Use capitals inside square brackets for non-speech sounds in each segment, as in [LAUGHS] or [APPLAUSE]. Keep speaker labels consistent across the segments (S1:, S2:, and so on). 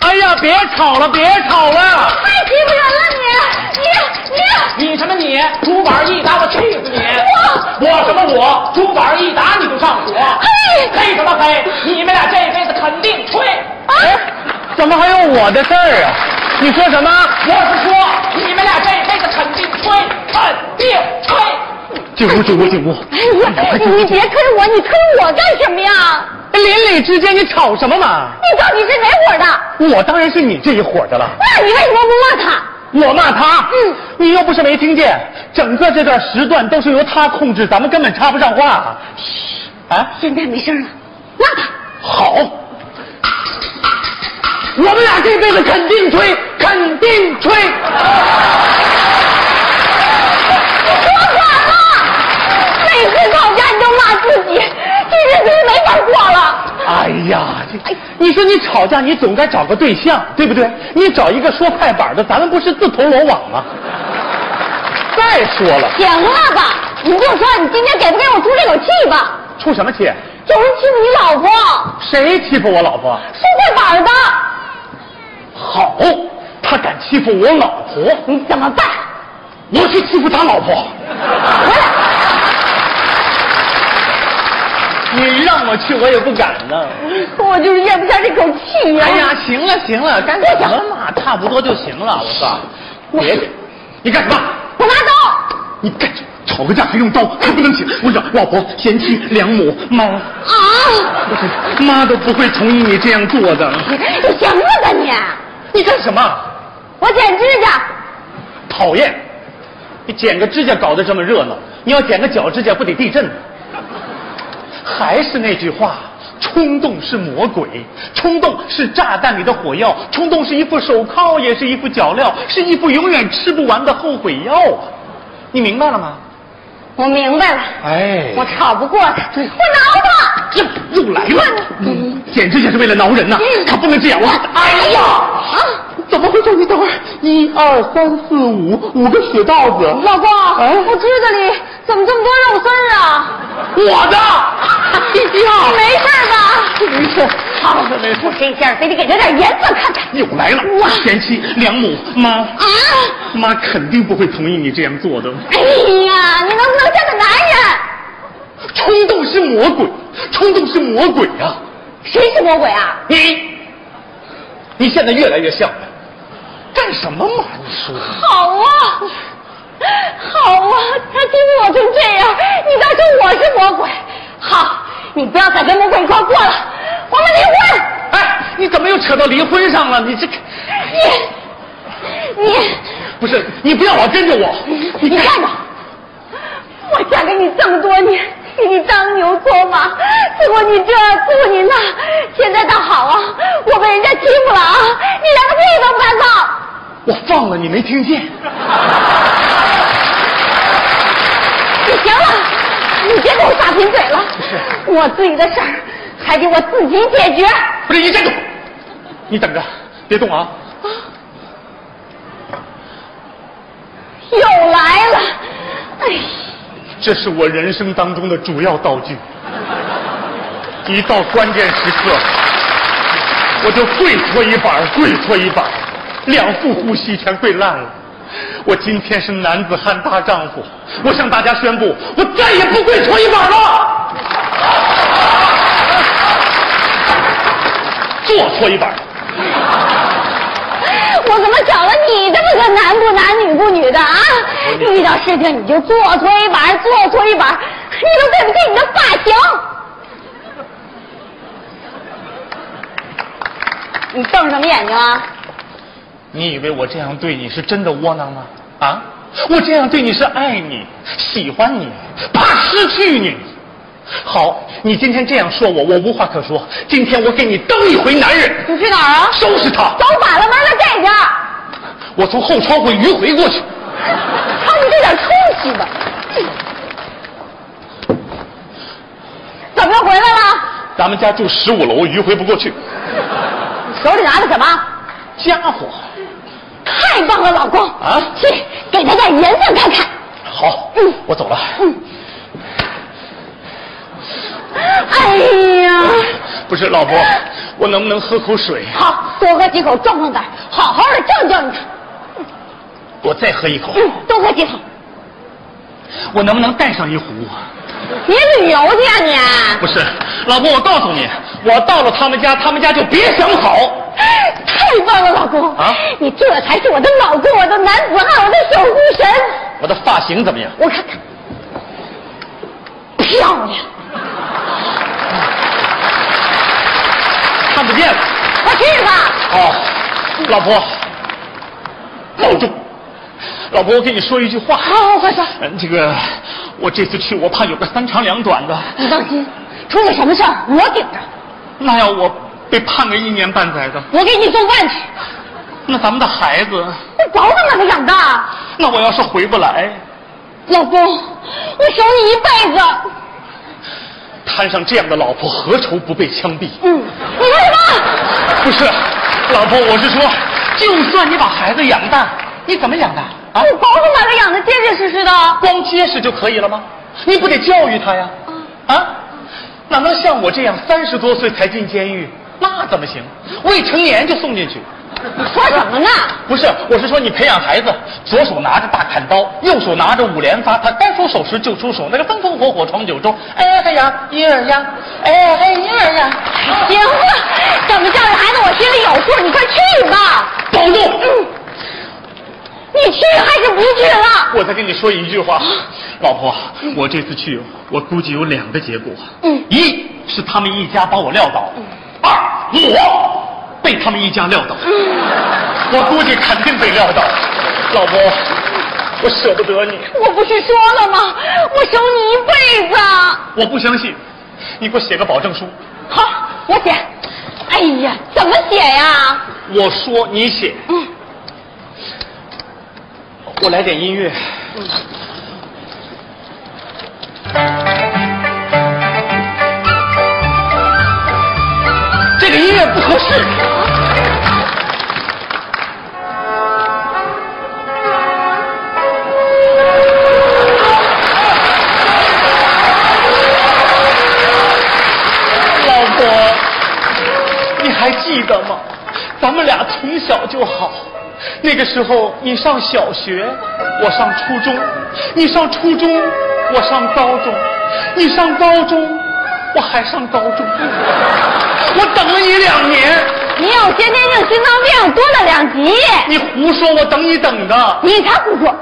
S1: 哎
S2: 了，别吵了，别吵了！
S3: 太欺负人了你，你你
S2: 你什么你？竹板一打我气死你！
S3: 我
S2: 我什么我？竹板一打你就上火！
S3: 嘿
S2: 黑什么黑？你们俩这辈子肯定吹！
S3: 啊！
S1: 怎么还有我的事儿啊？你说什么？
S2: 我是说，你们俩这辈子肯定吹，肯定吹！
S1: 进屋，进屋，进屋！
S3: 哎呀，你你别推我，你推我干什么呀？
S1: 邻里之间你吵什么嘛？
S3: 你到底是哪伙的？
S1: 我当然是你这一伙的了。
S3: 那你为什么不骂他？
S1: 我骂他，
S3: 嗯
S1: 你又不是没听见，整个这段时段都是由他控制，咱们根本插不上话。啊，
S3: 现在没声了，骂他。
S1: 好，我们俩这辈子肯定吹，肯定吹。
S3: 说反了！每次吵架你都骂自己，这日子没法过了。
S1: 哎呀，这你说你吵架，你总该找个对象，对不对？你找一个说快板的，咱们不是自投罗网 [LAUGHS] 吗？再说了，
S3: 行了吧，你就说你今天给不给我出这口气吧？
S1: 出什么气？
S3: 有人欺负你老婆，
S1: 谁欺负我老婆？
S3: 说快板的，
S1: 好，他敢欺负我老婆，
S3: 你怎么办？
S1: 我去欺负他老婆。
S3: 回来，
S1: 你让我去，我也不敢呢。
S3: [LAUGHS] 我就是咽不下这口气呀、
S1: 哎呀，行了行了，该
S3: 别
S1: 怎
S3: 讲
S1: 么嘛，差不多就行了。我操，别，你干什么？
S3: 我拿刀
S1: 你干什么？吵个架还用刀，还不能行！我讲，老婆、贤妻、良母、妈，
S3: 啊！
S1: [LAUGHS] 妈都不会同意你这样做的。
S3: 你行了吧你？
S1: 你干什么？
S3: 我剪指甲，
S1: 讨厌！你剪个指甲搞得这么热闹，你要剪个脚指甲不得地震吗？还是那句话，冲动是魔鬼，冲动是炸弹里的火药，冲动是一副手铐，也是一副脚镣，是一副永远吃不完的后悔药啊！你明白了吗？
S3: 我明白了，
S1: 哎
S3: 我吵不过他，我挠他。
S1: 这又来了！嗯剪指甲是为了挠人呐、他不能这样！我哎呀，
S3: 啊！
S1: 怎么回事？你等会儿，一二三四五，五个血道子。
S3: 老公，
S1: 哎
S3: 我指甲里怎么这么多肉丝儿啊？
S1: 我的，
S3: 你没事吧？
S1: 没事，
S3: 好，没事。这下非得给他点颜色看看。
S1: 又来了
S3: 哇，
S1: 贤妻良母妈，
S3: 啊！
S1: 妈肯定不会同意你这样做的。
S3: 哎呀，你能不能像个男人？
S1: 冲动是魔鬼，冲动是魔鬼啊！
S3: 谁是魔鬼啊？
S1: 你，你现在越来越像了，干什么嘛？你说，
S3: 好啊，好啊，他欺负我成这样，你倒说我是魔鬼。好，你不要再跟魔鬼一块过了，我们离婚。
S1: 哎，你怎么又扯到离婚上了？你这个
S3: 你，你。
S1: 不是，你不要老跟着我，
S3: 你看着，我嫁给你这么多年，给你当牛做马，伺候你这，伺候你那，现在倒好啊，我被人家欺负了啊，你连个屁都不敢放。
S1: 我放了你没听见？
S3: 你行了，你别给我耍贫嘴了，我自己的事儿还得我自己解决。
S1: 不是，你站住！你等着，别动啊！
S3: 又来了，哎，
S1: 这是我人生当中的主要道具。一到关键时刻，我就跪搓衣板，跪搓衣板，两副呼吸全跪烂了。我今天是男子汉大丈夫，我向大家宣布，我再也不跪搓衣板了。坐搓衣板，
S3: 我怎么找了你这么个男不男女不女的啊？遇到事情你就坐推板，坐推板，你都对不起你的发型。你瞪什么眼睛啊？
S1: 你以为我这样对你是真的窝囊吗？啊，我这样对你是爱你、喜欢你，怕失去你。好，你今天这样说我，我无话可说。今天我给你蹬一回男人，
S3: 你去哪儿啊？
S1: 收拾他！
S3: 走反了门在这边，
S1: 我从后窗户迂回过去。
S3: 看你这点出息吧。怎么又回来了？
S1: 咱们家住十五楼，迂回不过去。
S3: 手里拿的什么？
S1: 家伙，
S3: 太棒了，老公！
S1: 啊
S3: 去给他点颜色看看。
S1: 好，我走了。
S3: 哎呀，哎
S1: 不是老婆，我能不能喝口水？
S3: 好，多喝几口壮壮胆儿，好好的教教你他。
S1: 我再喝一口。
S3: 嗯，多喝几口。
S1: 我能不能带上一壶？
S3: 你旅游去啊你？
S1: 不是，老婆，我告诉你，我到了他们家，他们家就别想好。
S3: 太棒了，老公！
S1: 啊
S3: 你这才是我的老公，我的男子汉，我的守护神。
S1: 我的发型怎么样？
S3: 我看看，漂亮！
S1: 看不见了。
S3: 我去吧。
S1: 哦，老婆，保重。老婆，我跟你说一句话。
S3: 好，快说，
S1: 嗯，这个我这次去，我怕有个三长两短的，
S3: 你放心，出了什么事儿我顶着，
S1: 那要我被判个一年半载的，
S3: 我给你做饭吃。
S1: 那咱们的孩子，
S3: 那保怎么能养大？
S1: 那我要是回不来，
S3: 老公，我守你一辈子。
S1: 摊上这样的老婆，何愁不被枪毙？
S3: 嗯，你说什么？
S1: 不是，老婆，我是说，就算你把孩子养大，你怎么养大啊？
S3: 你保怎么能养的结结实实的？
S1: 光结实就可以了吗？你不得教育他呀？啊？哪能像我这样三十多岁才进监狱？那怎么行？未成年就送进去？
S3: 你说什么呢？
S1: 不是，我是说你培养孩子，左手拿着大砍刀，右手拿着五连发，他该出手时就出手，那个风风火火闯九州。哎嘿呀，一儿呀，哎嘿一儿呀，
S3: 行了，怎么教育孩子我心里有数，你快去吧。
S1: 保重！
S3: 你去还是不去了？
S1: 我再跟你说一句话，老婆，我这次去，我估计有两个结果，
S3: 嗯
S1: 一是他们一家把我撂倒，二我被他们一家撂倒，我估计肯定被撂倒，老婆，我舍不得你，
S3: 我不是说了吗？我守你一辈子。
S1: 我不相信，你给我写个保证书，
S3: 好，我写。哎呀，怎么写呀？
S1: 我说你写，
S3: 嗯，
S1: 我来点音乐。这个音乐不合适。老婆，你还记得吗？咱们俩从小就好。那个时候你上小学，我上初中；你上初中，我上高中；你上高中，我还上高中。 [LAUGHS] 我等了你两年，
S3: 你有先天性心脏病，多了两级。
S1: 你胡说，我等你等的。
S3: 你才胡说！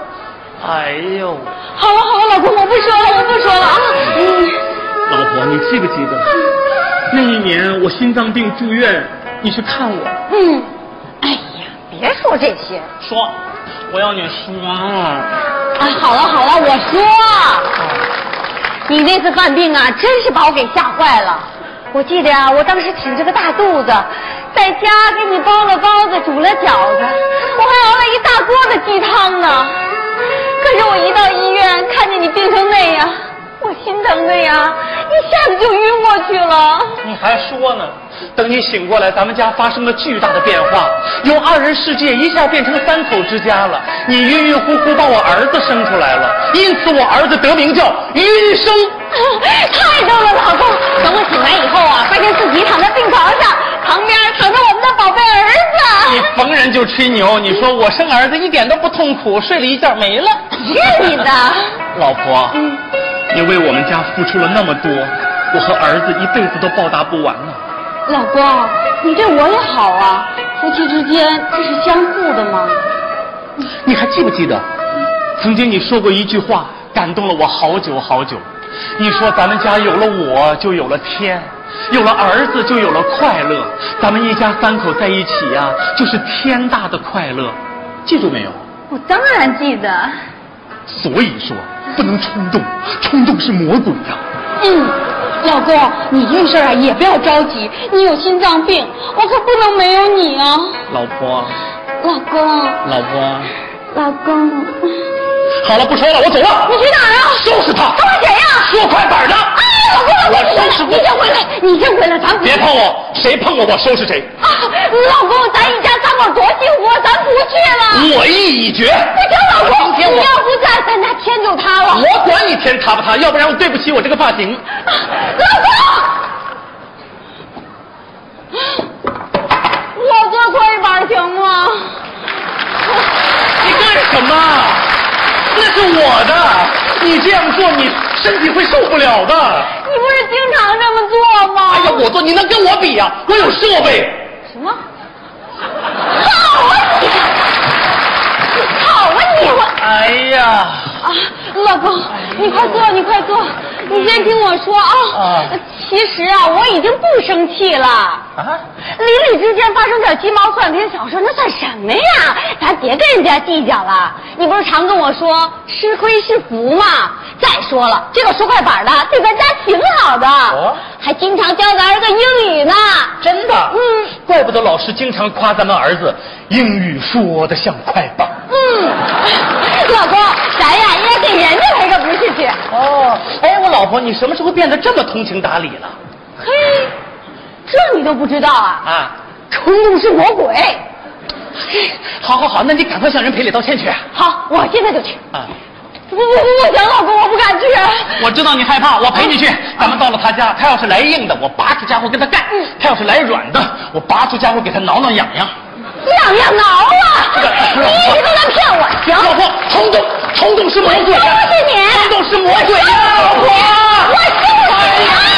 S1: 哎呦，
S3: 好了好了，老公，我不说了，我不说了啊。嗯，
S1: 老婆，你记不记得那一年我心脏病住院，你去看我？
S3: 嗯，哎呀，别说这些
S1: 说，我要你说啊。
S3: 啊！好了好了，我说，你那次犯病啊，真是把我给吓坏了。我记得啊，我当时挺着个大肚子，在家给你包了包子，煮了饺子，我还熬了一大锅的鸡汤呢。可是我一到医院，看见你病成那样，我心疼的呀，一下子就晕过去了。 [LAUGHS]
S1: 你还说呢？等你醒过来，咱们家发生了巨大的变化，由二人世界一下变成三口之家了。你晕晕乎乎把我儿子生出来了，因此我儿子得名叫晕生。
S3: 太逗了，老公！等我醒来以后啊，发现自己躺在病床上，旁边躺着我们的宝贝儿
S1: 你
S3: 子。
S1: 逢人就吹牛，你说我生儿子一点都不痛苦，睡了一觉没
S3: [LAUGHS]
S1: 了。
S3: 是你的，
S1: 老婆，
S3: 嗯，
S1: 你为我们家付出了那么多，我和儿子一辈子都报答不完呢。
S3: 老公，你对我也好啊，夫妻之间这是相互的嘛。
S1: 你还记不记得，曾经你说过一句话，感动了我好久好久。你说咱们家有了我，就有了天；有了儿子，就有了快乐。咱们一家三口在一起呀、就是天大的快乐。记住没有？
S3: 我当然记得，
S1: 所以说，不能冲动，冲动是魔鬼呀、
S3: 嗯，老公，你这事儿啊也不要着急，你有心脏病，我可不能没有你啊，
S1: 老婆，
S3: 老公，
S1: 老婆，
S3: 老公，
S1: 好了，不说了，我走了。
S3: 你去哪儿啊？
S1: 收拾他！
S3: 跟我姐呀、
S1: 说快板的！
S3: 哎，老公，老
S1: 我收拾
S3: 公，你先回来，你先回来，你先回来，咱们
S1: 别碰我，谁碰我，我收拾谁。
S3: 啊，老公，咱一家三口多幸福，咱不去了。
S1: 我意已决。
S3: 不行，老公，
S1: 今天我
S3: 你要不在，咱家天就塌了。
S1: 我管你天塌不塌，要不然我对不起我这个发型。
S3: 老公，
S1: 什么？那是我的，你这样做你身体会受不了的。
S3: 你不是经常这么做吗？
S1: 哎呀，我做你能跟我比呀、我有设备。
S3: 什么？好啊你！好啊你！我
S1: 哎呀，
S3: 啊，老公，你快坐，你快坐，你先听我说啊。
S1: 啊
S3: 其实啊，我已经不生气了。
S1: 啊，
S3: 邻里之间发生点鸡毛蒜皮的小事，那算什么呀？咱别跟人家计较了。你不是常跟我说吃亏是福吗？再说了，这个手快板的对咱家挺好的，
S1: 哦
S3: 还经常教咱儿子英语呢。
S1: 真的。
S3: 嗯
S1: 怪不得老师经常夸咱们儿子英语说的像块板。
S3: 嗯，老公，咱呀应该给人家赔个不是去。
S1: 哦，哎，我老婆，你什么时候变得这么通情达理了？
S3: 嘿，这你都不知道啊？
S1: 啊，
S3: 冲动是魔鬼。
S1: 好好好，那你赶快向人赔礼道歉去。
S3: 好，我现在就去。
S1: 啊，
S3: 不不不，不行，老公，我不敢去。
S1: 我知道你害怕，我陪你去。咱们到了他家，他要是来硬的，我拔出家伙跟他干；他要是来软的，我拔出家伙给他挠挠痒痒。
S3: 痒痒挠啊！你一直都在骗我，行？
S1: 老婆，冲动，冲动是魔鬼
S3: 我
S1: 呀、
S3: 就是你
S1: 冲动是魔鬼呀、
S3: 我
S1: 老婆。
S3: 我是你啊！